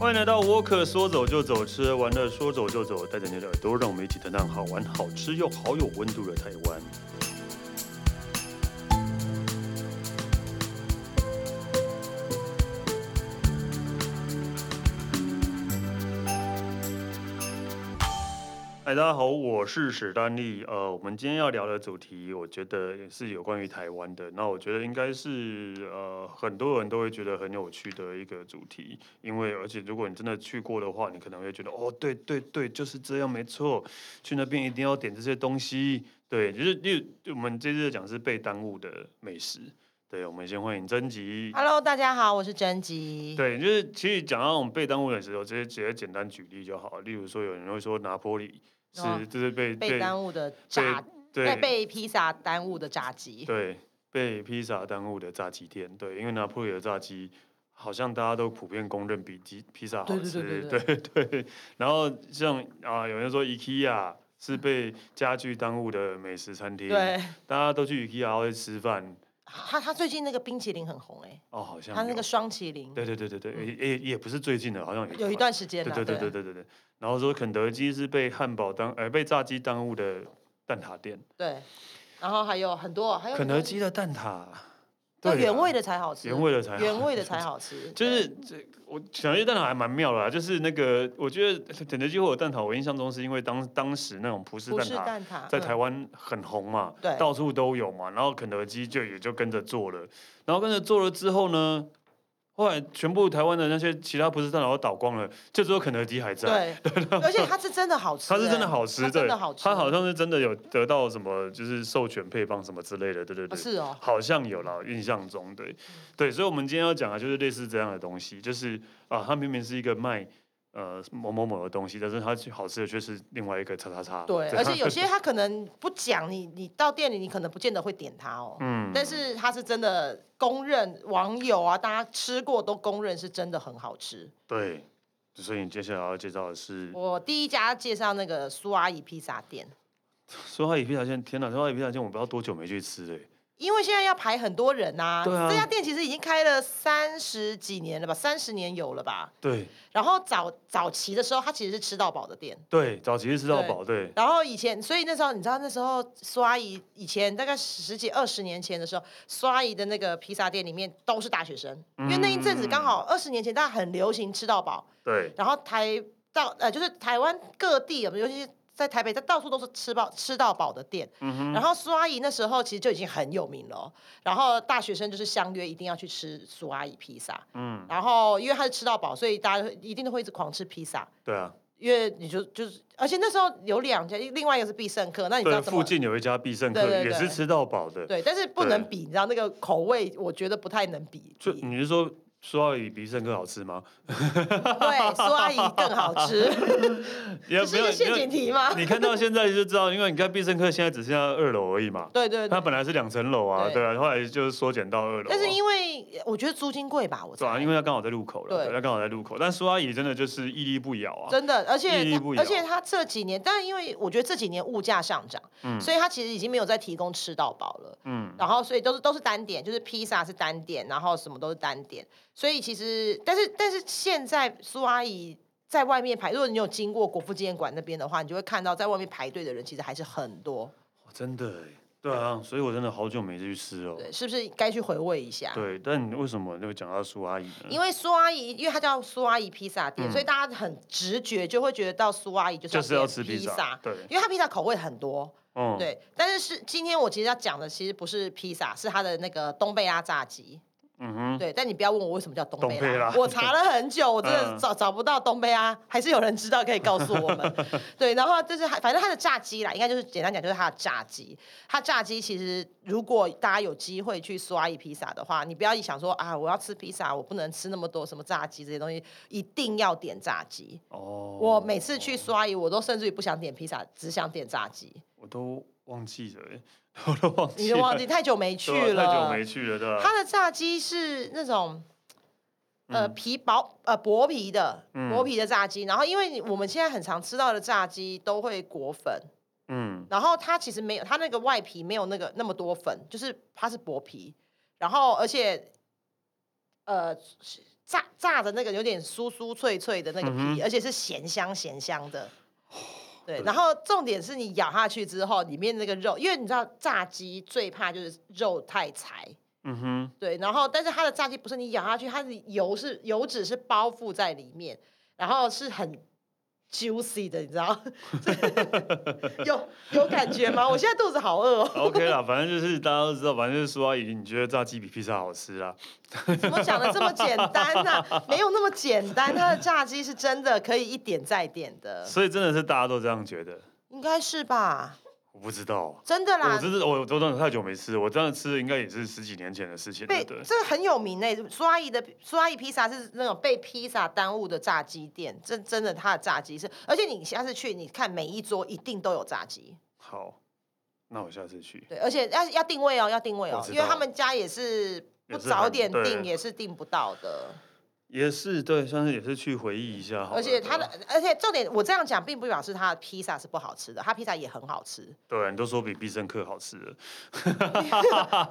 欢迎来到沃克，说走就走，吃完了说走就走，带着你的耳朵，让我们一起探探好玩、好吃又好有温度的台湾。哎嗨，大家好，我是史丹利。呃，我们今天要聊的主题，我觉得也是有关于台湾的。那我觉得应该是呃，很多人都会觉得很有趣的一个主题，因为而且如果你真的去过的话，你可能会觉得哦，对对对，就是这样，没错，去那边一定要点这些东西。对，就是例如我们这次讲是被耽误的美食。对，我们先欢迎甄吉。 Hello，大家好，我是甄吉。对，就是其实讲到我们被耽误的时候，直接直接简单举例就好。例如说，有人会说拿坡里是、哦就是被被耽误的炸，对被被披萨耽误的炸鸡，对被披萨耽误的炸鸡店，对，因为拿破里的炸鸡好像大家都普遍公认比鸡披萨好对对吃，对对 对然后像啊、有人说 IKEA 是被家具耽误的美食餐厅，嗯对，大家都去 IKEA 会吃饭他他最近那个冰淇淋很红哎、哦，好像他那有个双淇淋对对对对对，也也也不是最近的，好像有一段时间了，对对对对对对对。然后说肯德基是被汉堡耽呃被炸鸡耽误的蛋挞店，对然后还有很多，还有肯德基的蛋挞，对那呃原啦味的才好吃，原味的才好原味的才好 吃，就是这，我小鸡蛋挞还蛮妙的啦，啊就是那个，我觉得肯德基会有蛋挞，我印象中是因为当当时那种葡式葡蛋式挞蛋挞在台湾、湾很红嘛，对到处都有嘛，然后肯德基就也就跟着做了，然后跟着做了之后呢，后来全部台湾的那些其他葡式蛋挞都倒光了，就只有肯德基还在。对，而且它是真的好吃、 它是真的哎好吃，它真对，的好吃，它好像是真的有得到什么，就是授权配方什么之类的，对对不对。是嗯哦，好像有啦，印象中对，对，所以我们今天要讲的就是类似这样的东西，就是啊，它明明是一个卖呃某某某的东西，但是它好吃的却是另外一个叉叉叉。对，这而样 且有些他可能不讲，你你到店里你可能不见得会点它哦，嗯，但是它是真的公认，网友啊，大家吃过都公认是真的很好吃。对，所以你接下来要介绍的是我第一家介绍那个苏阿姨披萨店，说话与披萨馅，天哪，说话与披萨馅，我不知道多久没去吃欸嘞。因为现在要排很多人呐、对啊这家店其实已经开了三十几年了吧，三十年有了吧。对然后早早期的时候，它其实是吃到饱的店。对，早期是吃到饱，对然后以前，所以那时候你知道，那时候苏阿姨以前大概十几二十年前的时候，苏阿姨的那个披萨店里面都是大学生，因为那一阵子刚嗯好二十年前大家很流行吃到饱，对然后台到呃，就是台湾各地，尤其是在台北，它到处都是吃饱吃到饱的店。嗯然后苏阿姨那时候其实就已经很有名了哦、然后大学生就是相约一定要去吃苏阿姨披萨。嗯嗯，然后因为她是吃到饱，所以大家一定都会一直狂吃披萨。对啊，因为你就就是，而且那时候有两家，另外一个是必胜客，那你知道对，怎么附？近有一家必胜客对对也对是吃到饱的。对，但是不能对比，你知道那个口味，我觉得不太能比。就你是说说到以必胜客好吃 吗？对，苏阿姨更好 吃，也这是一个陷阱题吗你看到现在就知道，因为你看必胜客现在只剩下二楼而已嘛，对对它对。本来是两层楼啊，对对啊，后来就是缩减到二楼啊。但是因为我觉得租金贵吧，我对啊，猜因为它刚好在路口了，对对它刚好在路口。但苏阿姨真的就是屹立不摇啊，真的，而且屹立它不摇而且它这几年，但因为我觉得这几年物价上涨，所以它其实已经没有再提供吃到饱了。嗯嗯，然后所以都是都是单点，就是披萨是单点，然后什么都是单点。所以其实，但是但是现在苏阿姨在外面排，如果你有经过国父纪念馆那边的话，你就会看到在外面排队的人其实还是很多。哇真的哎，对啊，所以我真的好久没去吃哦。对，是不是该去回味一下？对，但你为什么就讲到苏阿姨呢？因为苏阿姨，因为它叫苏阿姨披萨店，所以大家很直觉就会觉得到苏阿姨就是嗯就是要点吃披披萨，对，因为它披萨口味很多，嗯，对，但是是今天我其实要讲的其实不是披萨，是它的那个东贝拉炸鸡。嗯哼，对，但你不要问我为什么叫东东贝贝拉拉，我查了很久，我真的嗯找找不到东贝拉，还是有人知道可以告诉我们。 对，然后就是它反正它的炸鸡啦，应该就是简单讲就是它的炸鸡。它炸鸡其实如果大家有机会去刷一披萨的话，你不要一想说啊我要吃披萨，我不能吃那么多什么炸鸡这些东西，一定要点炸鸡。哦，我每次去刷一，我都甚至于不想点披萨，只想点炸鸡。我都忘记了欸， 我都忘记了，你都 忘记太久没去对啊了，太久没去了，对吧？它的炸鸡是那种。嗯呃，皮薄呃薄皮的薄皮的炸鸡，然后因为我们现在很常吃到的炸鸡都会裹粉，嗯，然后它其实没有它那个外皮没有那个那么多粉，就是它是薄皮，然后而且呃炸炸的那个有点酥酥脆脆的那个皮，嗯哼哦而且是咸香咸香的。对，对然后重点是你咬下去之后，里面那个肉，因为你知道炸鸡最怕就是肉太柴，嗯哼，对，然后但是它的炸鸡不是你咬下去，它的油是油脂是包覆在里面，然后是很 juicy 的，你知 道？ 有有感觉吗？我现在肚子好饿哦， OK 啦，反正就是大家都知道，反正就是苏阿姨，你觉得炸鸡比披萨好吃啦？怎么讲的这么简单呢、没有那么简单，它的炸鸡是真的可以一点再点的，所以真的是大家都这样觉得，应该是吧？我不知道。真的我啦。真是我我真的太久没吃，我真的吃的应该也是十几年前的事情了。被对，这很有名诶、苏阿姨的苏阿姨披萨是那种被披萨耽误的炸鸡店，真真的它的炸鸡是，而且你下次去，你看每一桌一定都有炸鸡。好，那我下次去。对，而且要要定位哦，要定位我哦，知因道为他们家也是不也是早很点对定也是订不到的，也是对，算是也是去回忆一下好了。而且对它的，而且重点我这样讲并不表示它的披萨是不好吃的，它披萨也很好吃。对，啊你都说比必胜客好 吃了，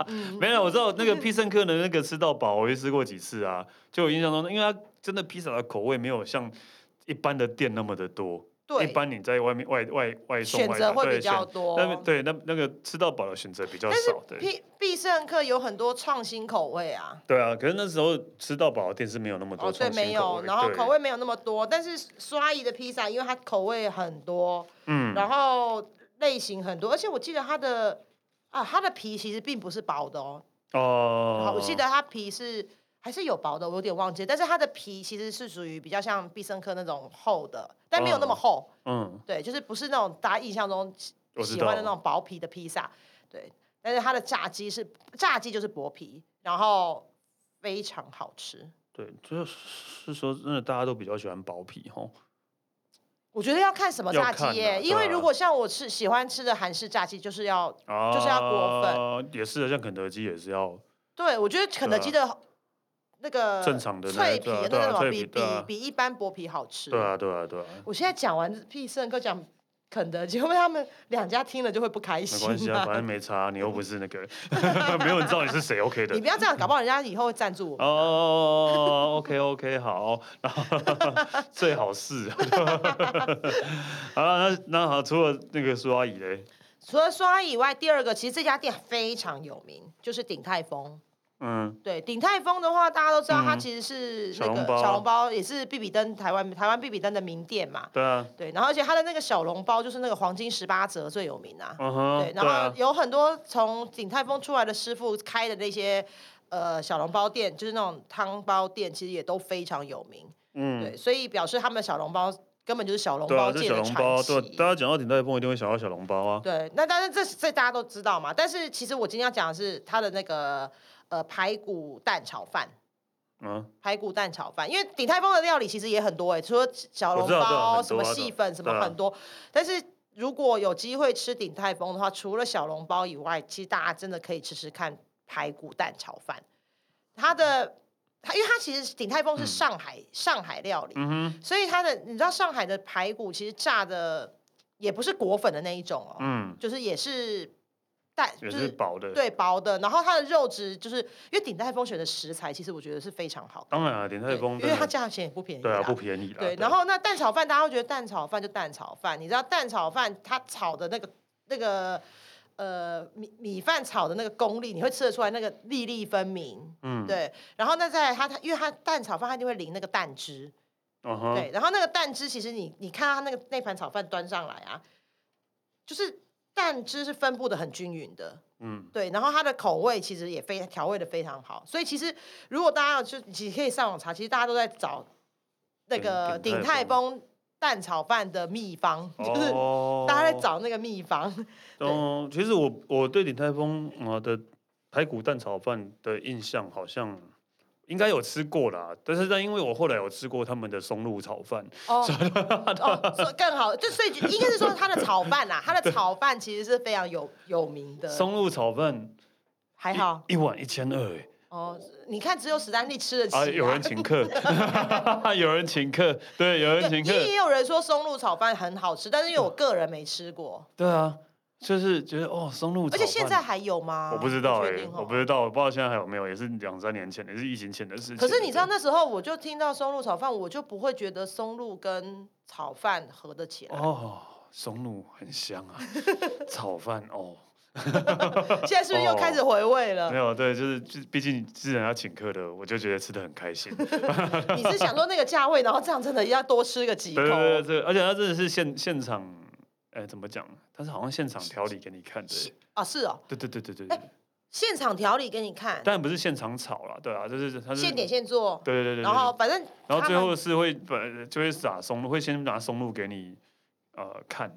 嗯没有，我知道那个必胜客的那个吃到饱，我也吃过几次啊。就我印象中，因为它真的披萨的口味没有像一般的店那么的多，一对，般你在外面外外外送选外择带会对比较选多那边对那那个吃到饱的选择比较但是少，对必必胜客有很多创新口味啊。对啊。可是那时候吃到饱的店是没有那么多哦，对，创新没有，然后对口味没有那么多，但是苏阿姨的披萨，因为它口味很多，嗯然后类型很多，而且我记得它的啊，它的皮其实并不是薄的哦，哦好，，我记得它皮是还是有薄的，我有点忘记了，但是它的皮其实是属于比较像必胜客那种厚的，但没有那么厚，嗯，对，就是不是那种大家印象中喜我知喜欢的那道种薄皮的披萨，对，但是它的炸鸡是炸鸡就是薄皮，然后非常好吃。对，就是说真的，大家都比较喜欢薄皮吼。我觉得要看什么要炸鸡看耶、啊因为对啊如果像我吃喜欢吃的韩式炸鸡，就是要啊，就是要裹粉也是啊的，像肯德基也是要对我觉得肯德基的那个啊正常的那脆皮对啊那对啊什么脆比皮对啊比比一般薄皮好吃，对啊，对啊，对啊，我现在讲完必胜客讲肯德基，会不会他们两家听了就会不开没心、关系啊，反正没差，你又不是那 个，没有人知道你是谁，OK 的你。不要这样，搞不好人家以后会赞助我们。哦，OK OK，好， 然后最好是， 好了，那那好，除了那个苏阿姨嘞，除了刷以外，第二个其实这家店非常有名，就是鼎泰丰。嗯，对，鼎泰丰的话，大家都知道它嗯其实是小那个笼包小笼包，也是必比登台湾台湾必比登的名店嘛。对啊，对，然后而且它的那个小笼包就是那个黄金十八折最有名啊。嗯哼，对，对然后啊，有很多从鼎泰丰出来的师傅开的那些呃小笼包店，就是那种汤包店，其实也都非常有名。嗯，对，所以表示他们的小笼包根本就是小笼对包啊，这界小的笼传包，奇。对啊，大家讲到鼎泰丰一定会想到小笼包啊，对那当然这这大家都知道嘛。但是其实我今天要讲的是它的那个呃排骨蛋炒饭。嗯，排骨蛋炒饭，因为鼎泰丰的料理其实也很多哎、除了小笼我知道对啊包、很多啊什么细粉、什对啊么很多，但是如果有机会吃鼎泰丰的话，除了小笼包以外，其实大家真的可以吃吃看排骨蛋炒饭。它的，它因为它其实鼎泰丰是上海、上海料理，嗯哼，所以它的你知道上海的排骨其实炸的也不是裹粉的那一种哦，嗯，就是也是蛋，就也是是薄的，对薄的，然后它的肉质就是因为鼎泰丰选的食材，其实我觉得是非常好的。当然啊，鼎泰对丰因为真它的价钱也不便宜对啊，啦不便宜啦，对，然后那蛋炒饭，大家会觉得蛋炒饭就蛋炒饭，你知道蛋炒饭它炒的那个那个呃米米饭炒的那个功力，你会吃得出来那个粒粒分明。嗯，对，然后那在它它，因为它蛋炒饭它一定会淋那个蛋汁，嗯哼，对，然后那个蛋汁其实你你看它那个那盘炒饭端上来啊，就是蛋汁是分布的很均匀的，嗯，对，然后它的口味其实也非调味的非常好，所以其实如果大家有就你可以上网查，其实大家都在找那鼎个鼎鼎泰泰丰蛋炒饭的秘方， 就是哦大家在找那个秘方。对哦，其实我我对鼎泰丰啊的排骨蛋炒饭的印象好像。应该有吃过啦，但是但因为我后来有吃过他们的松露炒饭，哦 哦，说更好，就所以就应该是说它的炒饭啦，它的炒饭其实是非常有有名的，松露炒饭还好一碗一千二，欸哦。你看，只有史丹利吃得起、哎，啊，有人请客， 有人请客，对，有人对，请因为客，嗯也有人说松露炒饭很好吃，但是因为我个人没吃过，对啊，就是觉得哦，松露炒而饭。且现在还有吗？我不知道哎、确定哦我不知道，我不知道现在还有没有，也是两三年前的，也是疫情前的事情。可是你知道那时候我就听到松露炒饭，我就不会觉得松露跟炒饭合得起来。哦，松露很香 啊，炒饭哦，现在是不是又开始回味了没？有对，就是就毕竟既然要请客的，我就觉得吃的很开心。你是想说那个价位，然后这样真的要多吃个几口对？对对对，而且它真的是现现场，哎、怎么讲？它是好像现场调理给你看的，啊，是哦，对对对对对哎对。现场调理给你看，当然不是现场炒啦，对啊，就是它是现点现做，对对对对对。然后反正然后他最们后是会把就会撒松露，会先拿松露给你呃看，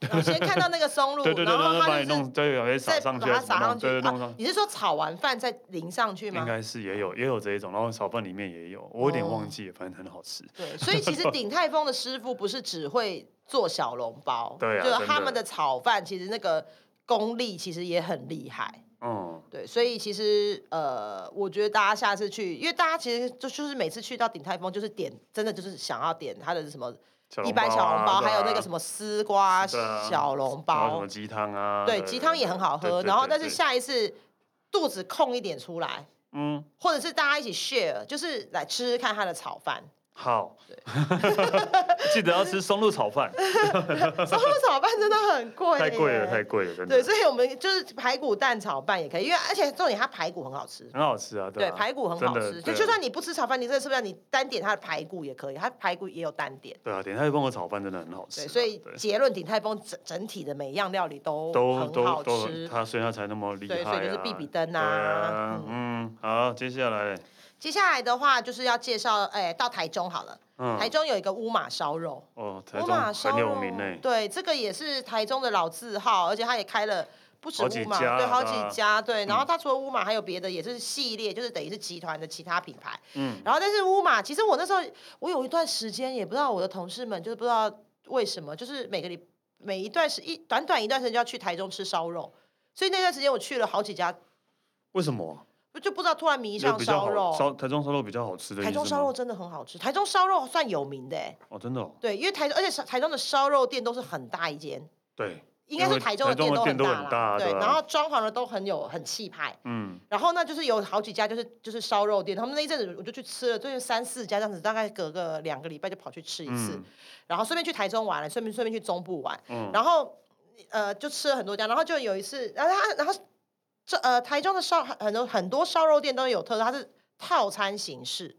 然后先看到那个松 露对，对对，然然后后他把就你是弄对，把它再撒把上去，它撒上去。对对，弄啊上。你是说炒完饭再淋上去应吗？该是也有也有这一种，然后炒饭里面也有，我有点哦忘记了，反正很好吃。 对，所以其实鼎泰丰的师傅不是只会做小笼包，对啊就是真他们的的炒饭其实那个功力其实也很厉害。嗯，对，所以其实呃，我觉得大家下次去，因为大家其实就就是每次去到鼎泰丰，就是点真的就是想要点他的什么小一般小笼包，啊对还有那啊个什么丝瓜是的啊小笼然后什包么，鸡汤啊，对，鸡汤也很好对喝。对然后对但是对下一次肚子空一点出来，嗯或者是大家一起 share，就是来吃吃看他的炒饭。好， 记得要吃松露炒饭， 松露哦炒饭真的很贵，太贵了太。贵了，真对，的所以我们就是排骨蛋炒饭也可以，因为而且重点它排骨很好吃。很好吃啊，对，啊排骨很真好吃，的就对啊就算你不吃炒饭，你这是不是你单点它的排骨也可以？它排骨也有单点。对啊，点泰丰的炒饭真的很好吃啊，对，所以对结论，鼎泰丰整整体的每一样料理都都很都好都吃很，。他所以他才那么厉害对啊，所以就是必比登对啊啊，嗯，好，接下来，接下来的话就是要介绍，哎、到台中好了。嗯台，中有一个乌马烧肉，哦，台乌中马烧很肉有名欸诶，对，这个也是台中的老字号，而且它也开了。不止好几乌马，家对，啊好对啊几家，对。然后它除了乌马，还有别的，也是系列，就是等于是集团的其他品牌。嗯，然后，但是乌马，其实我那时候，我有一段时间也不知道我的同事们，就是不知道为什么，就是每个礼每一段时一短短一段时间就要去台中吃烧肉，所以那段时间我去了好几家，为什么啊？就不知道突然迷就上比较烧肉。好，烧台中烧肉比较好吃的意思台吗，中烧肉真的很好吃，台中烧肉算有名的、欸，哦，真的哦，对，因为台中而且是台中的烧肉店都是很大一间，对，应该说因为台中的台中的店店都都很很大啦，大对，对啊然后装潢的都很有很气派。嗯，然后呢，就是有好几家，就是就是烧肉店，他们那一阵子我就去吃了，就是三四家这样子，大概隔个两个礼拜就跑去吃一次，嗯然后顺便去台中玩了，顺便顺便去中部玩，嗯然后呃就吃了很多家，然后就有一次，然后他然后这呃台中的烧很多很多烧肉店都有特色，它是套餐形式，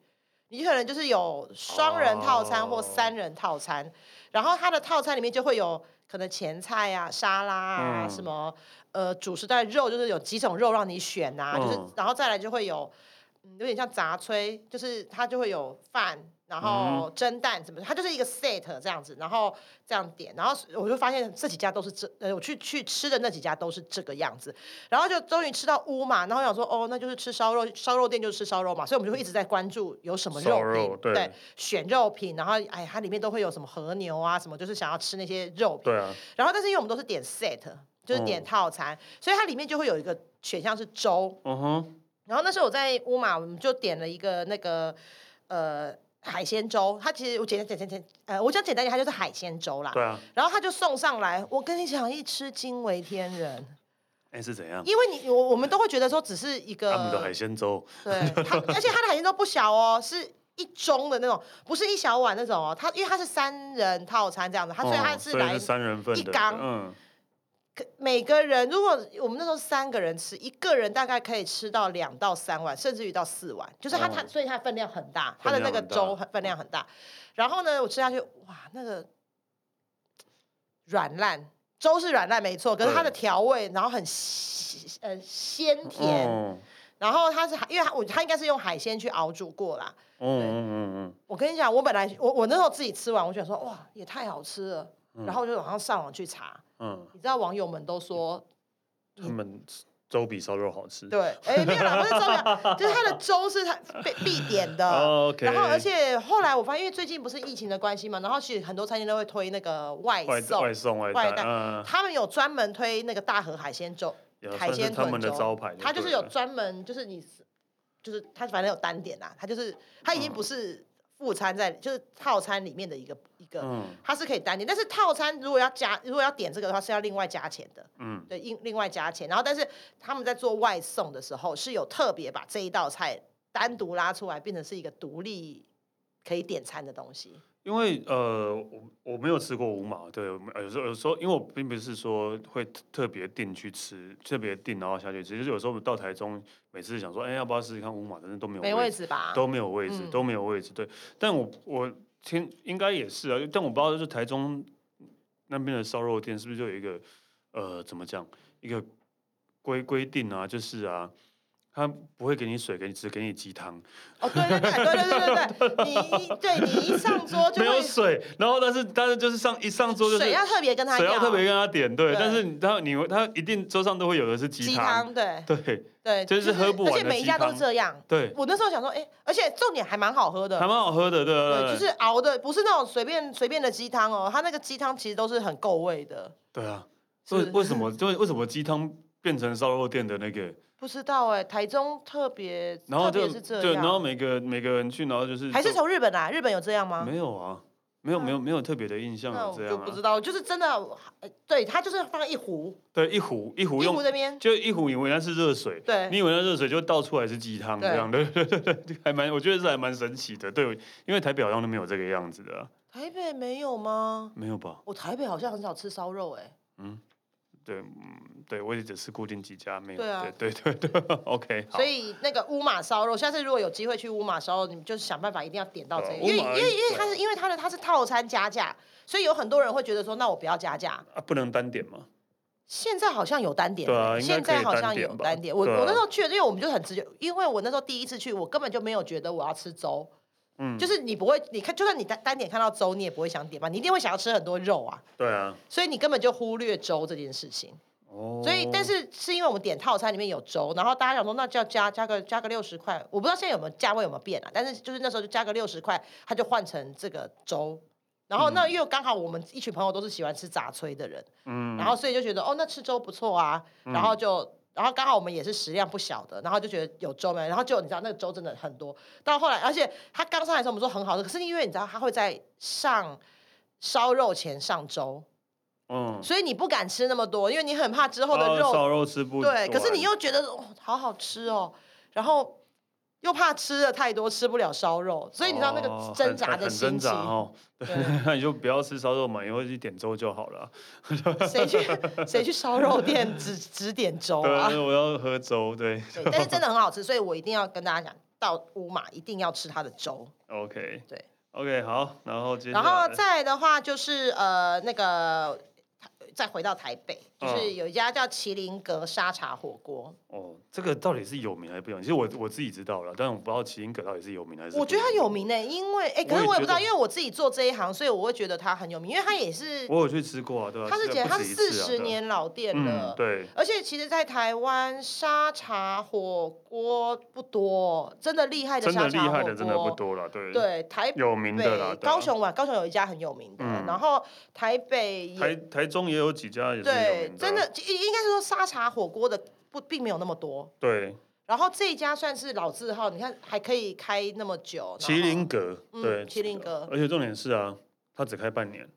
你可能就是有双人套餐或哦三人套餐，然后它的套餐里面就会有可能前菜啊、沙拉啊、嗯什么呃主食，带肉就是有几种肉让你选啊，就是嗯然后再来就会有、嗯、有点像杂炊，就是它就会有饭。然嗯后蒸蛋什么的，它就是一个 set 这样子，然后这样点，然后我就发现这几家都是这，呃，我去去吃的那几家都是这个样子，然后就终于吃到乌嘛，然后想说哦，那就是吃烧肉，烧肉店就是吃烧肉嘛，所以我们就会一直在关注有什么嗯肉烧品，肉对选肉品，然后哎，它里面都会有什么和牛啊，什么就是想要吃那些肉品，对啊，然后但是因为我们都是点 set，就是点嗯套餐，所以它里面就会有一个选项是粥，嗯哼，然后那时候我在乌马，我们就点了一个那个呃海鲜粥，它其实我简单简单简呃，我讲简单一点，它就是海鲜粥啦，对啊，然后他就送上来，我跟你讲，一吃惊为天人。哎是怎样？因为你我我们都会觉得说只是一个他们的海鲜粥，对，它而且它的海鲜都不小哦，是一盅的那种，不是一小碗那种哦。它因为它是三人套餐这样子，它所以哦它是所以来是三人份一的，缸嗯，可每个人，如果我们那时候三个人吃，一个人大概可以吃到两到三碗，甚至于到四碗，就是它它、哦所以它分量很大，它分的量那个很大粥很分量很大。然后呢，我吃下去，哇，那个软烂。粥是软烂没错，可是它的对调味，然后很鲜呃鲜甜，哦，然后它是海因为它我它应该是用海鲜去熬煮过啦。嗯嗯嗯我跟你讲，我本来我我那时候自己吃完，我就想说哇，也太好吃了，嗯然后我就马上上网去查，嗯你知道网友们都说。嗯，他们粥比烧肉好吃，对，哎、没有啦，不是粥啦，就是它 的粥是它必必点的。哦，OK 然后，而且后来我发现，因为最近不是疫情的关系嘛，然后其实很多餐厅都会推那个外外送，外送外外带，带嗯，他们有专门推那个大和海鲜粥也，算海是鲜他们的炖粥招牌就它就是对有了啊嗯专门，就是你，就是它反正有单点啦，它就是它已经不是副餐在，就是套餐里面的一个一个，嗯它是可以单点，但是套餐如果要加，如果要点这个的话是要另外加钱的，嗯对，另另外加钱。然后，但是他们在做外送的时候是有特别把这一道菜单独拉出来，变成是一个独立可以点餐的东西。因为呃，我我没有吃过五毛，对，我没呃有时候有时候，因为我并不是说会特特别订去吃，特别订然后下去吃，就是有时候我们到台中，每次想说，哎，要不要试试看五毛，但是都没有没位置吧？都没有位置，嗯都没有位置。对，但我我听应该也是啊，但我不知道就是台中那边的烧肉店是不是就有一个呃怎么讲一个规规定啊，就是啊，他不会给你水，给你只给你鸡汤，哦，对对对对对对对，你一对你一上桌就没有会水。然后但是但是就是上一上桌就是水要特别跟他水要要特别跟他点，对，对但是你他你会他一定桌上都会有的是鸡鸡汤，汤，对对对，就是喝不完而且的每一鸡家都是汤这样。对，我那时候想说，哎，而且重点还蛮好喝的还，蛮好喝的，对对对，就是熬的不是那种随便随便的鸡汤哦，它那个鸡汤其实都是很够味的。对啊。是为为什 么就为什么鸡汤变成烧肉店的那个？不知道哎、台中特别，然后特就别是这对，样，然后每个每个人去，然后就是还是都从日本啊来，日本有这样吗？没有啊，没有没有没有特别的印象那有我这就样不啊知。道，就是真的，呃对，它就是放一壶，对，一壶一壶一壶用这边，就一壶，以为那是热水，对你以为那热水就倒出来是鸡汤对这样的，对对对对， 还蛮我觉得是还蛮神奇的，对，因为台北好像都没有这个样子的啊、台北没有吗？没有吧？我台北好像很少吃烧肉哎、对，嗯，对我也只是固定几家，没有，对啊对对对 对，OK，好所。以那个乌马烧肉，下次如果有机会去乌马烧肉，你们就是想办法一定要点到这个，对啊因为乌因马为因为它是因为它的它是套餐加价，所以有很多人会觉得说，那我不要加价，啊，不能单点嘛？现在好像有单点对了，啊应该现可在以好单像点有吧单点。我、对啊我那时候去了，因为我们就很直觉，因为我那时候第一次去，我根本就没有觉得我要吃粥。嗯就是你不会，你看，就算你单单点看到粥，你也不会想点吧？你一定会想要吃很多肉啊，对啊，所以你根本就忽略粥这件事情。哦，所以，但是是因为我们点套餐里面有粥，然后大家想说，那就要加加个加个六十块，我不知道现在有没有价位有没有变啊，但是就是那时候就加个六十块，它就换成这个粥。然后那又刚好我们一群朋友都是喜欢吃杂炊的人，嗯，然后所以就觉得哦，那吃粥不错啊，然后就。然后刚好我们也是食量不小的，然后就觉得有粥没，然后就你知道那个粥真的很多。到后来，而且他刚上来的时候我们说很好吃，可是因为你知道他会在上烧肉前上粥，嗯，所以你不敢吃那么多，因为你很怕之后的哦肉。烧肉吃不对，可是你完又觉得哦好好吃哦，然后又怕吃的太多吃不了烧肉，所以你知道那哦个很挣扎很的很心挣情扎。哦。对那你 就不要吃烧肉嘛，以后去点粥就好了。谁去谁去烧肉店只只点粥对啊？， 我要喝粥。对对，但是真的很好吃，所以我一定要跟大家讲，到乌马一定要吃它的粥。 ，OK，对，OK，好，然后接下然后来再来的话就是呃那个，再回到台北，就是嗯有一家叫麒麟阁沙茶火锅，哦，这个到底是有名还是不有名？其实我我自己知道了，但我不知道麒麟阁到底是有名还是不我觉得它有名呢、因为哎、可是我也我也不知道，觉得因为我自己做这一行，所以我会觉得它很有名，因为它也是我有去吃过啊，对吧、它是吃姐，了不它止一四次啊十，年老对店了。嗯，对，而且其实，在台湾沙茶火锅不多，真的厉害的真沙的厉茶火害锅的真的不多了，对，对，台北、有名的啦，对啊高雄玩，高雄有一家很有名的，嗯然后台北也台台中也有几家也是有对，名真的啊，的应应该是说沙茶火锅的不并没有那么多。对，然后这一家算是老字号，你看还可以开那么久。然后麒麟阁，嗯对，麒麟阁而且重点是啊，它只开半年，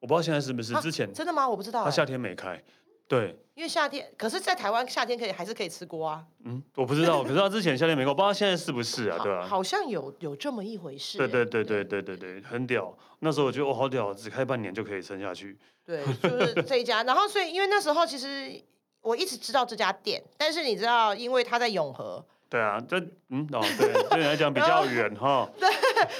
我不知道现在是不是啊之前真的吗？我不知道它欸、夏天没开，对，因为夏天，可是，在台湾夏天可以还是可以吃锅啊，嗯，我不知道，可是它之前夏天没开，我不知道现在是不是啊，对好啊，好像有有这么一回事欸、对对对对对对对，很屌，那时候我觉得我好屌，只开半年就可以撑下去，对，就是这一家。然后，所以因为那时候其实我一直知道这家店，但是你知道，因为它在永和，对啊，这嗯哦，对，对你来讲比较远哈，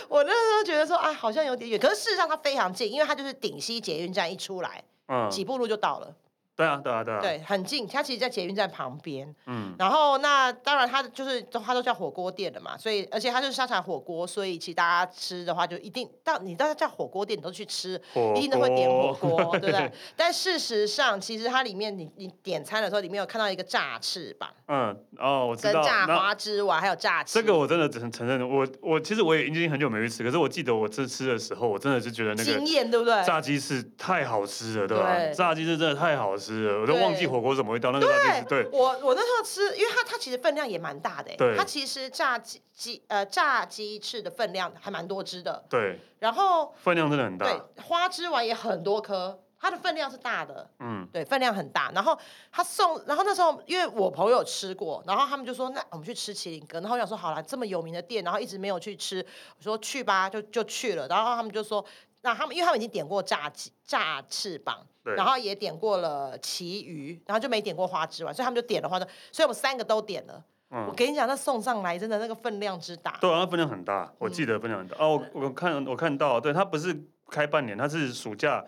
我那时候觉得说啊，好像有点远。可是事实上它非常近，因为它就是顶溪捷运站一出来，嗯，几步路就到了，对啊对啊对啊，对，很近。它其实，在捷运站旁边。嗯然后那当然，它就是都它都叫火锅店了嘛，所以而且它就是沙茶火锅，所以其实大家吃的话就一定到你到叫火锅店，你都去吃火一定都会点火锅锅，对 不对？但事实上，其实它里面你你点餐的时候，里面有看到一个炸翅膀、嗯哦，我知跟道，炸那花枝丸，还有炸翅。这个我真的只能承认，我我其实我也已经很久没去吃，可是我记得我这次吃的时候，我真的是觉得那个惊艳，对不对？炸鸡翅太好吃了，对吧？对炸鸡翅真的太好吃吃了，我都忘记对火锅怎么会到那个炸鸡翅。对， 我我那时候吃，因为它它其实分量也蛮大的、对欸，它其实炸鸡鸡呃炸鸡翅的分量还蛮多只的，对，然后分量真的很对大。花枝丸也很多颗，它的分量是大的，嗯，对，分量很大。然后他送，然后那时候因为我朋友吃过，然后他们就说那我们去吃麒麟哥，然后我想说好了，这么有名的店，然后一直没有去吃，我说去吧，就就去了。然后他们就说，那他们因为他们已经点过炸鸡炸翅膀，对然后也点过了旗鱼，然后就没点过花枝丸，所以他们就点了花枝，所以我们三个都点了。我嗯，跟你讲，那送上来真的那个分量之大，对啊，它分量很嗯大，我记得分量很大。哦，我我看我看到，对，它不是开半年，它是暑假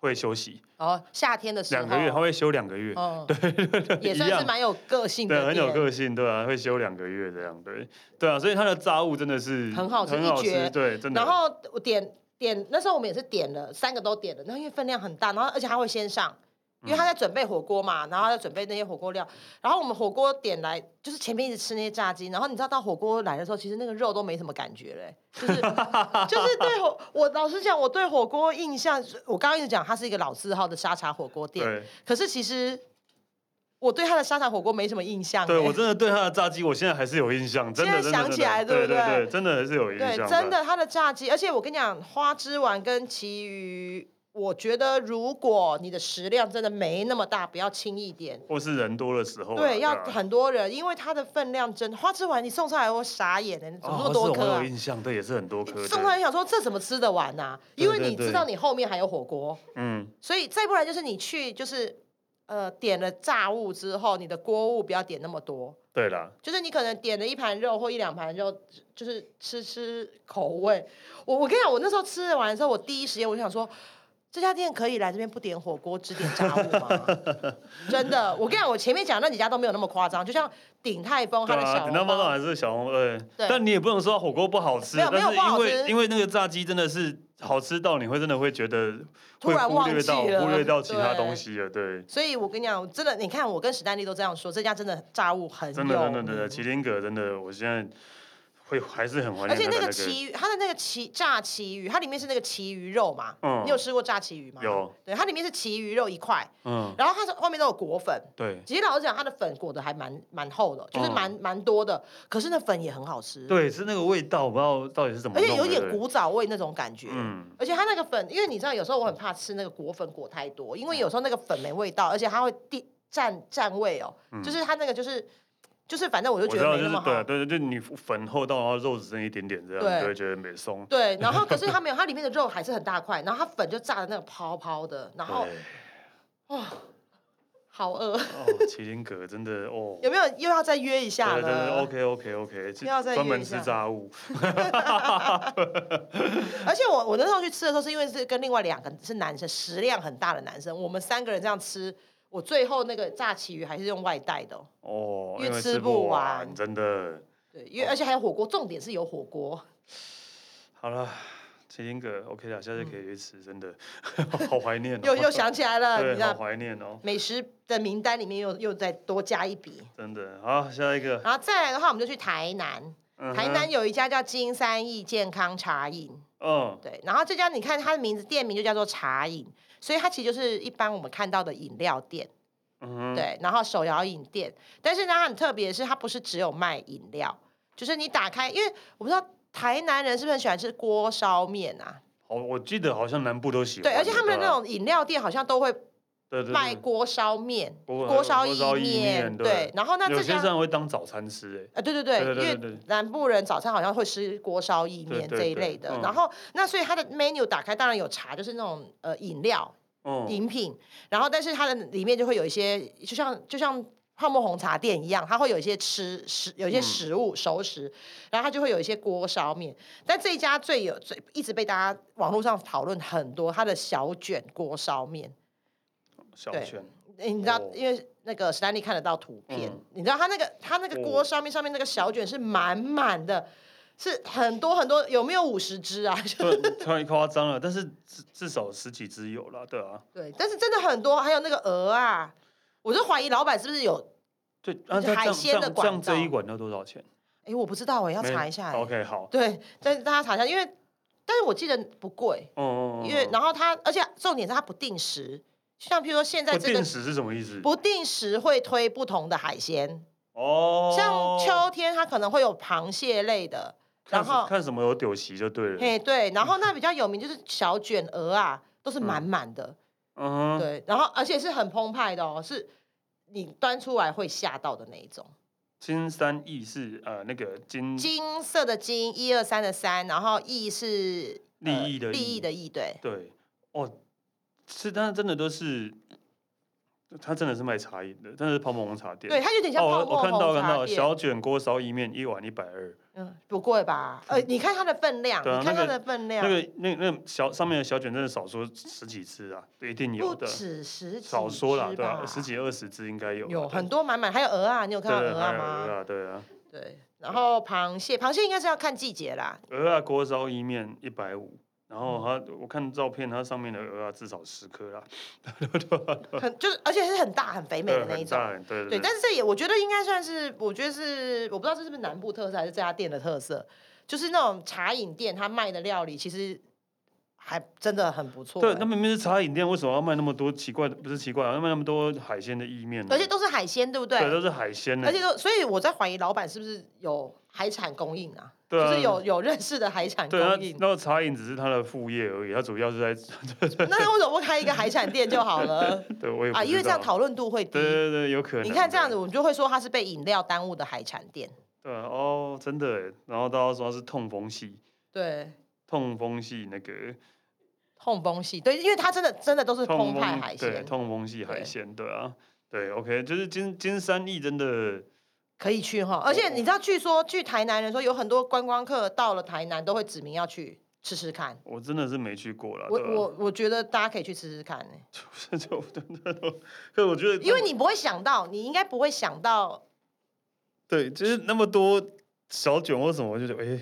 会休息然后夏天的时候，两个月，它会休两个月。嗯，对也一算是样蛮有个性的对，店，很有个性，对啊，会休两个月这样，对，对啊，所以它的炸物真的是很好吃很一好绝吃，对，真的。然后我点点那时候我们也是点了三个都点了，然后因为分量很大，然后而且他会先上，因嗯为他在准备火锅嘛，然后他在准备那些火锅料，然后我们火锅点来就是前面一直吃那些炸鸡，然后你知道到火锅来的时候，其实那个肉都没什么感觉嘞、就是就是对火我老实讲，我对火锅印象，我刚刚一直讲它是一个老字号的沙茶火锅店，对，可是其实我对它的沙茶火锅没什么印象、欸，对我真的对它的炸鸡，我现在还是有印象，真的，现在真的想真的起来对对不对对真的还是有印对，象，真的，它的炸鸡，而且我跟你讲，花枝丸跟其余，我觉得如果你的食量真的没那么大，不要轻易点。或是人多的时候啊，对，要啊很多人，因为它的分量真花枝丸，你送上来我傻眼了，你怎么那哦么多是颗我啊有？印象，对，也是很多颗送上的，来想说这怎么吃得完呐、对因为对你对知道你后面还有火锅，嗯，所以再不然就是你去就是呃点了炸物之后，你的锅物不要点那么多，对啦，就是你可能点了一盘肉或一两盘肉，就是吃吃口味。我我跟你讲，我那时候吃完的时候，我第一时间我就想说，这家店可以来这边不点火锅只点炸物吗？ 真的，我跟你讲，我前面讲那几家都没有那么夸张，就像鼎泰丰对哦它的啊，小等笼到猫包上还是小红，对，对但你也不能说火锅不好吃，没有没但有是不因好为吃因为那个炸鸡真的是好吃到你会真的会觉得突会然忽略忘记 到了忽略到其他对东西了，对。所以我跟你讲，真的，你看我跟史丹利都这样说，这家真的炸物很有真的真的真的，名麒麟阁真的，我现在会还是很怀念。而且那那个旗鱼，它的那个旗炸旗鱼，它里面是那个旗鱼肉嘛？嗯你有吃过炸旗鱼吗？有。对，它里面是旗鱼肉一块，嗯，然后它是外面都有裹粉，对嗯其实老实讲，它的粉裹的还蛮蛮厚的，就是蛮蛮多的。可是那粉也很好吃，对，是那个味道，我不知道到底是怎么而弄的，且有点对古早味那种感觉。嗯而且它那个粉，因为你知道，有时候我很怕吃那个裹粉裹太多，因嗯为有时候那个粉没味道，而且它会地占占位哦，就是它那个就是就是，反正我就嗯我觉知得道，没就那是么对好。对对，就你粉厚到然后肉只剩一点点这样，对你就会觉得没松。对，然后可是它没有，它里面的肉还是很大块，然后它粉就炸的那个泡泡的，然后对好饿， 哦，麒麟阁真的哦，有没有又要再约一下对对对了？ ，OK OK OK，不要再专门约一吃下炸物，而且我我那时候去吃的时候，是因为是跟另外两个是男生，食量很大的男生，我们三个人这样吃，我最后那个炸旗鱼还是用外带的哦、哦，因为因为吃吃不不完完，真的。对，因哦为而且还有火锅，重点是有火锅，好了，麒麟阁 OK 了，下次可以去吃，真的， 好怀念哦。嗯又 又想起来了，你对，知好道怀念哦，美食的名单里面又又再多加一笔，真的。好，下一个，然后再来的话，我们就去台南，嗯台哼南有一家叫金三益健康茶饮，嗯，对，然后这家你看它的名字店名就叫做茶饮，所以它其实就是一般我们看到的饮料店。嗯哼，对，然后手摇饮店，但是呢，它很特别的是，它不是只有卖饮料，就是你打开，因为我不知道台南人是不是很喜欢吃锅烧面啊？好，我记得好像南部都喜欢的。对，而且他们的对那啊种饮料店好像都会对对卖对，锅烧面、锅锅烧锅烧意意面对对。然后那有这些家人会当早餐吃，欸呃，对对对，对对对因对为对南部人早餐好像会吃锅烧意对面对这一对类的。嗯然后那所以它的 menu 打开，当然有茶，就是那种呃饮料哎，嗯，饮品，然后但是它的里面就会有一些，就像就像泡沫红茶店一样，它会有一些吃食，有一些嗯食物、熟食，然后它就会有一些锅烧面。但这一家最有最一直被大家网络上讨论很多，它的小卷锅烧面，小对圈，诶你知道，哦因为那个史丹利看得到图片，嗯你知道它那个它那个锅哦烧面上面那个小卷是满满的。是很多很多，有没有五十只啊？ 就不太夸张了，但是至至少十几只有了，对啊，对，但是真的很多，还有那个鹅啊，我就怀疑老板是不是有对，啊，那是这海样鲜这的样这样管道这一碗要多少钱？哎、我不知道哎、要没查一下、欸。 OK，好，对，但是大家查一下，因为但是我记得不贵，嗯嗯嗯，因为嗯然后它，而且重点是它不定时，像譬如说现在不这个定时是什么意思？不定时会推不同的海鲜，哦，像秋天它可能会有螃蟹类的，看然什后看什么有丢席就对了。嘿对，然后那比较有名就是小卷鹅啊，都是满满的，嗯哼，对，然后而且是很澎湃的哦，是你端出来会吓到的那一种。金三亿是呃那个金金色的金，一二三的三，然后义是利益的呃利益益的益，对，对哦，是，但是真的都是，他真的是卖茶饮的，但是泡沫红茶店。对，它有点像泡哦，我沫我看到红看茶到店。小卷锅烧意面一碗一百二，嗯，不贵吧？呃，你看它的分量，对啊你看那它个的分量，那个那那小上面的小卷真的少说十几次啊，对一定有不的，止十几，少说啦，对吧、吧？十几二十只应该有啊，有对很多满满，还有鹅啊，你有看到对鹅啊还有鹅吗？啊，对啊，对，然后螃蟹，螃蟹应该是要看季节啦，鹅啊锅烧意面一百五。然嗯后它，我看照片，它上面的鹅啊至少十颗啦，很就是，而且是很大很肥美呃对，的那一很种。大，对对对，但是这也我觉得应该算是，我觉得是我不知道这是不是南部特色还是这家店的特色，就是那种茶饮店它卖的料理其实还真的很不错、对，欸那明明是茶饮店，为什么要卖那么多奇怪的？不是奇怪啊，要卖那么多海鲜的意面呢？而且都是海鲜，对不对？对，都是海鲜呢。而且都，所以我在怀疑老板是不是有海产供应啊？对啊就是有有认识的海产供对，啊那应。那茶饮只是他的副业而已，他主要是在 那他为什么不开一个海产店就好了对 我也不啊？因为知这样道讨论度会低对。对对，有可能。你看这样子，我们就会说它是被饮料耽误的海产店。对，对哦，真的耶。然后大家说他是痛风系，对，痛风系那个痛风系对，因为它真的真的都是澎风湃海对，鲜，痛风系海对鲜，对啊，对，OK，就是金金山亿真的可以去哈。而哦且你知道，据说据台南人说，有很多观光客到了台南都会指名要去吃吃看。我真的是没去过了，我对吧我我觉得大家可以去吃吃看、欸，就 就真的都，可是我觉得因为你不会想到，你应该不会想到对，就是那么多小卷或什么，我就觉得哎。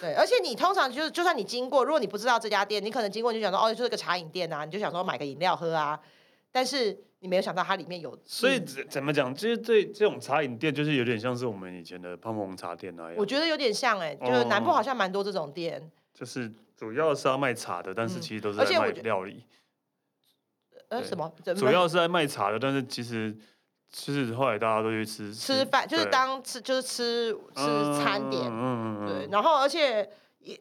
对，而且你通常就是，就算你经过，如果你不知道这家店，你可能经过你就想说，哦，就是个茶饮店啊，你就想说买个饮料喝啊，但是你没有想到它里面有。所以嗯怎怎么讲，就是这这种茶饮店，就是有点像是我们以前的泡沫红茶店那我样，觉得有点像哎、就是南部哦好像蛮多这种店，就是主要是要卖茶的，但是嗯其实都是而在且我卖觉料理，呃，对什么怎主么要是在卖茶的，但是其实其实后来大家都去吃吃饭就是对当吃就是吃吃餐点，嗯嗯嗯对，嗯，然后而且。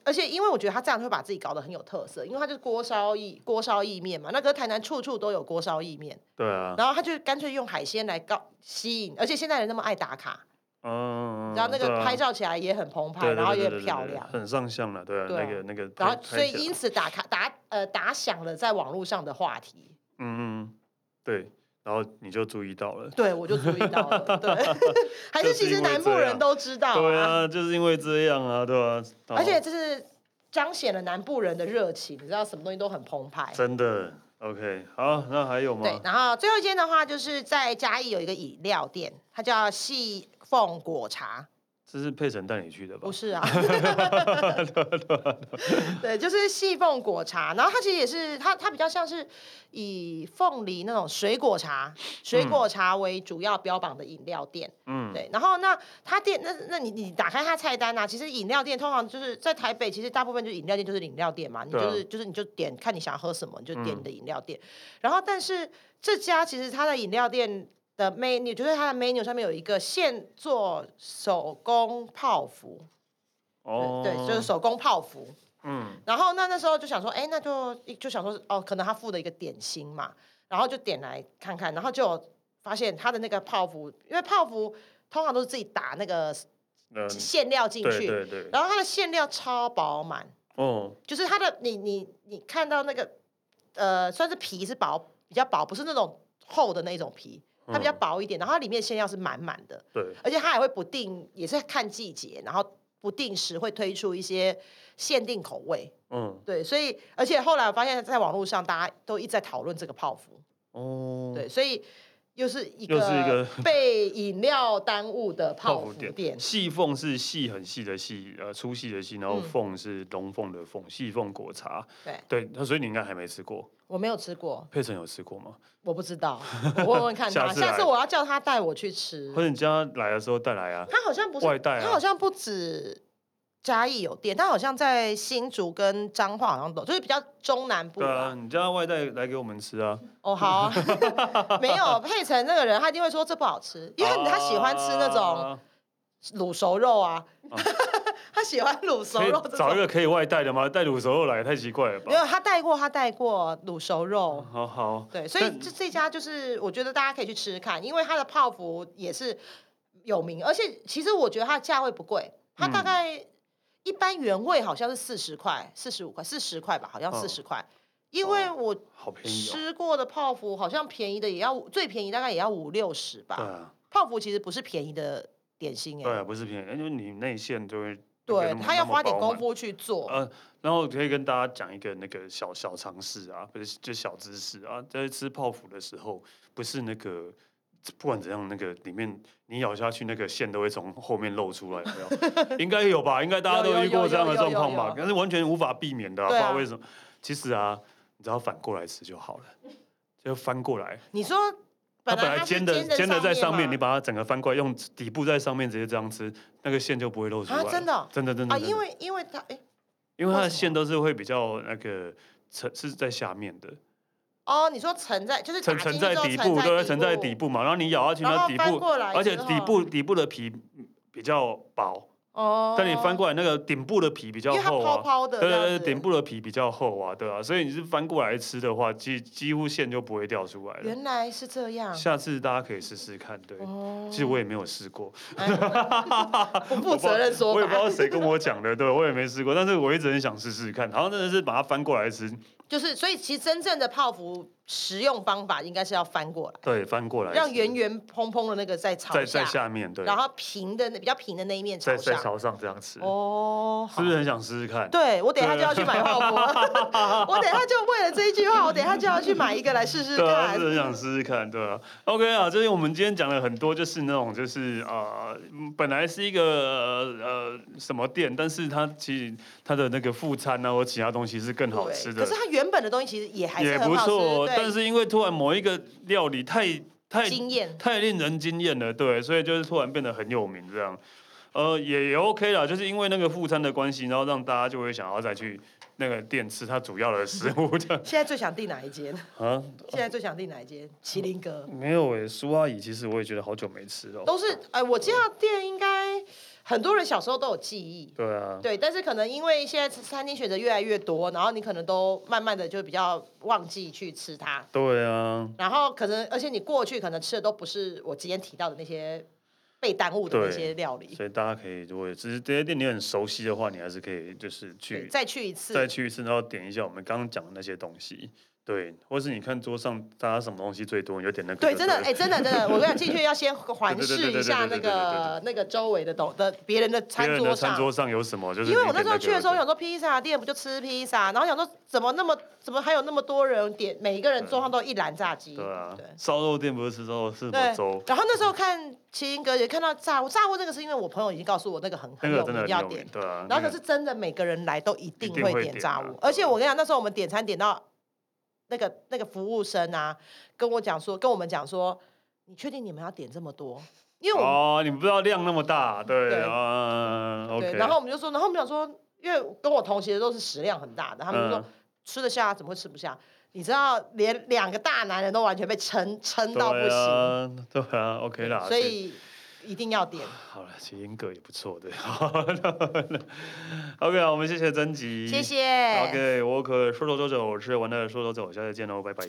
而且，因为我觉得他这样会把自己搞得很有特色，因为他就是锅烧意锅烧意面嘛，那个台南处处都有锅烧意面，对啊，然后他就干脆用海鲜来告吸引，而且现在人那么爱打卡，嗯，然后那对个啊拍照起来也很澎湃，对对然后对也对很对漂对亮。很上相了，对啊，对啊那个那个拍，然后，所以拍起来因此打卡打呃打响了在网络上的话题。嗯嗯，对，然后你就注意到 了。对，我就注意到了。对， 还是就是其实因为南部这样人都知道对啊，就是因为这样啊，对吧、然而且后这是彰显了南部人的热情。你知道什么东西都很澎湃。真的 OK，好，那还有吗？对，然后最后一间的话，就是在嘉义有一个饮料店，它叫细凤果茶，这是佩晨带你去的吧不？是啊， 对，就是细凤果茶。然后它其实也是它，它比较像是以凤梨那种水果茶、水果茶为主要标榜的饮料店。嗯，对，然后那它店那那你你打开它菜单啊，其实饮料店通常就是在台北，其实大部分就是饮料店就是饮料店嘛，你对啊就是就是你就点看你想要喝什么，你就点嗯你的饮料店。然后但是这家其实它的饮料店。的 menu 就是它的 menu 上面有一个现做手工泡芙，哦，对，就是手工泡芙。嗯，然后那那时候就想说，哎，那就就想说，哦，可能他附的一个点心嘛，然后就点来看看，然后就发现他的那个泡芙，因为泡芙通常都是自己打那个嗯，馅料进对去，对对，然后它的馅料超饱满，哦，就是它的你你你看到那个呃，算是皮是薄比较薄，不是那种厚的那种皮，它比较嗯薄一点，然后它里面馅料是满满的，对，而且它还会不定，也是看季节，然后不定时会推出一些限定口味。嗯，对，所以而且后来我发现，在网络上大家都一直在讨论这个泡芙，哦，对，，所以又是一又是一个个被饮料耽误的泡芙店。细凤是细很细的细，呃，粗细的细，然后嗯凤是龙凤的凤，细凤果茶，对，对，那所以你应该还没吃过，我没有吃过，佩晨有吃过吗？我不知道，我问 问看下他。次下次来我要叫他带我去吃或。者你叫他来的时候带来啊，他好像不是，外带啊他好像不止嘉义有店，但好像在新竹跟彰化好像都就是比较中南部对啊，吧。你叫他外带来给我们吃啊。哦，好啊、 没有佩晨那个人，他一定会说这不好吃，因为他喜欢吃那种啊卤熟肉啊，啊 他喜欢卤熟可以肉这找一种。个可以外带的吗？带卤熟肉来太奇怪了没吧？有，他带过，他带过卤熟肉。好好，对，所以哦但这这家就是我觉得大家可以去吃吃看，因为它的泡芙也是有名，而且其实我觉得它的价位不贵，它大嗯概一般原味好像是四十块、四十五块、四十块吧，好像哦四十块。因为我好便宜哦。吃过的泡芙好像便宜的也要最便宜大概也要五六十对吧，啊，泡芙其实不是便宜的点心哎、对啊，不是便宜，因为你内馅就会对，它要花点那么那么饱功。满夫去做。呃，然后可以跟大家讲一个那个小小常识啊，不是就小知识啊，在吃泡芙的时候，不是那个不管怎样，那个里面你咬下去那个馅都会从后面露出来，有没有 应该有吧？应该大家都有有遇过有这样的有有状况有吧有？但是完全无法避免的、啊，不对知啊道为什么。其实啊，你只要反过来吃就好了，就翻过来。你说它本本来来它是煎的煎的在上面，嘛你把它整个翻过来，用底部在上面直接这样吃，那个馅就不会露出来啊了。真的哦真的真的啊，真的因为因为它哎、因为它为的什么线都是会比较那个沉是在下面的，哦，你说沉在就是沉打沉进去在之后底部，对，沉在部底部嘛。然后你咬下去，然那后底翻部，过来，而且底部，底部的皮比较薄，哦，但你翻过来那个顶部的皮比较因为它厚泡啊。泡的对这样子，对对，顶部的皮比较厚啊，对啊，所以你是翻过来吃的话，几几乎线就不会掉出来了。原来是这样，下次大家可以试试看，对。哦其实我也没有试过，不负责任说我也不知法，道谁跟我讲的，对我也没试过，但是我一直很想试试看。然后真的是把它翻过来吃，就是所以其实真正的泡芙食用方法应该是要翻过来，对，翻过来让吃圆圆蓬蓬的那个再朝在在下面，对，然后平的那比较平的那一面在朝在上，朝上这样吃，哦，是好不。是很想试试看？对，我等一下就要去买泡芙了， 我等一下就为了这一句话，我等一下就要去买一个来试试啊对啊，看是。很想试试看，对啊。OK 啊，就是我们今天讲了很多，就是那种就是啊、呃嗯本来是一个呃呃什么店，但是它其实它的那个副餐啊或其他东西是更好对吃可的是，它原本的东西其实也还也是不很好吃，错。哦对但是因为突然某一个料理太太惊艳。太令人惊艳了，对，所以就是突然变得很有名这样。呃，也也 OK 啦，就是因为那个副餐的关系，然后让大家就会想要再去那个店吃它主要的食物这样现在最想订哪一间？啊。现在最想订哪一间？麒麟阁没有诶、苏阿姨，其实我也觉得好久没吃哦了。都是，哎、我这家店应该很多人小时候都有记忆。对啊，对，但是可能因为现在餐厅选择越来越多，然后你可能都慢慢的就比较忘记去吃它，对啊，然后可能而且你过去可能吃的都不是我之前提到的那些被耽误的那对些料理，所以大家可以，如果只是这些店你很熟悉的话，你还是可以就是对，去再去一次，再去一次，然后点一下我们刚刚讲的那些东西。对，或是你看桌上大家什么东西最多，你就点那个就对，了。真的，哎、真的，真的，我跟你讲，进 去要先环对对视对一对下那对对对个那个周围的东的别人的别餐人桌的餐上，桌上有什么？就是因为你我点那时候个去的时候对想说披萨店不就吃披萨，然后想说怎么那么怎么还有那么多人点，每一个人桌上都一篮炸鸡，嗯对啊对，。烧肉店不是吃烧肉，是什么对粥？然后那时候看麒麟哥也看到炸物，炸物那个是因为我朋友已经告诉我那个很那很个有真的名很要有点名，，对啊。然那后可个是真的每个人来都一定定会会点点啊炸的物，而且我跟你讲，那时候我们点餐点到那个那个服务生啊，跟我讲说，跟我们讲说，你确定你们要点这么多？因为我们、哦，你们不知道量那么大，对对啊对， ，OK。然后我们就说，然后我们想说，因为跟我同学都是食量很大的，他们就说、嗯吃得下，啊怎么会吃不下？你知道，连两个大男人都完全被撑撑到不行，行，啊对啊，OK 啦。所以一定要点。好了，其实英格也不错 的。OK 啊，我们谢谢曾吉，谢谢。 OK，我可说走就走，吃完了说走走，下次见喽，拜拜。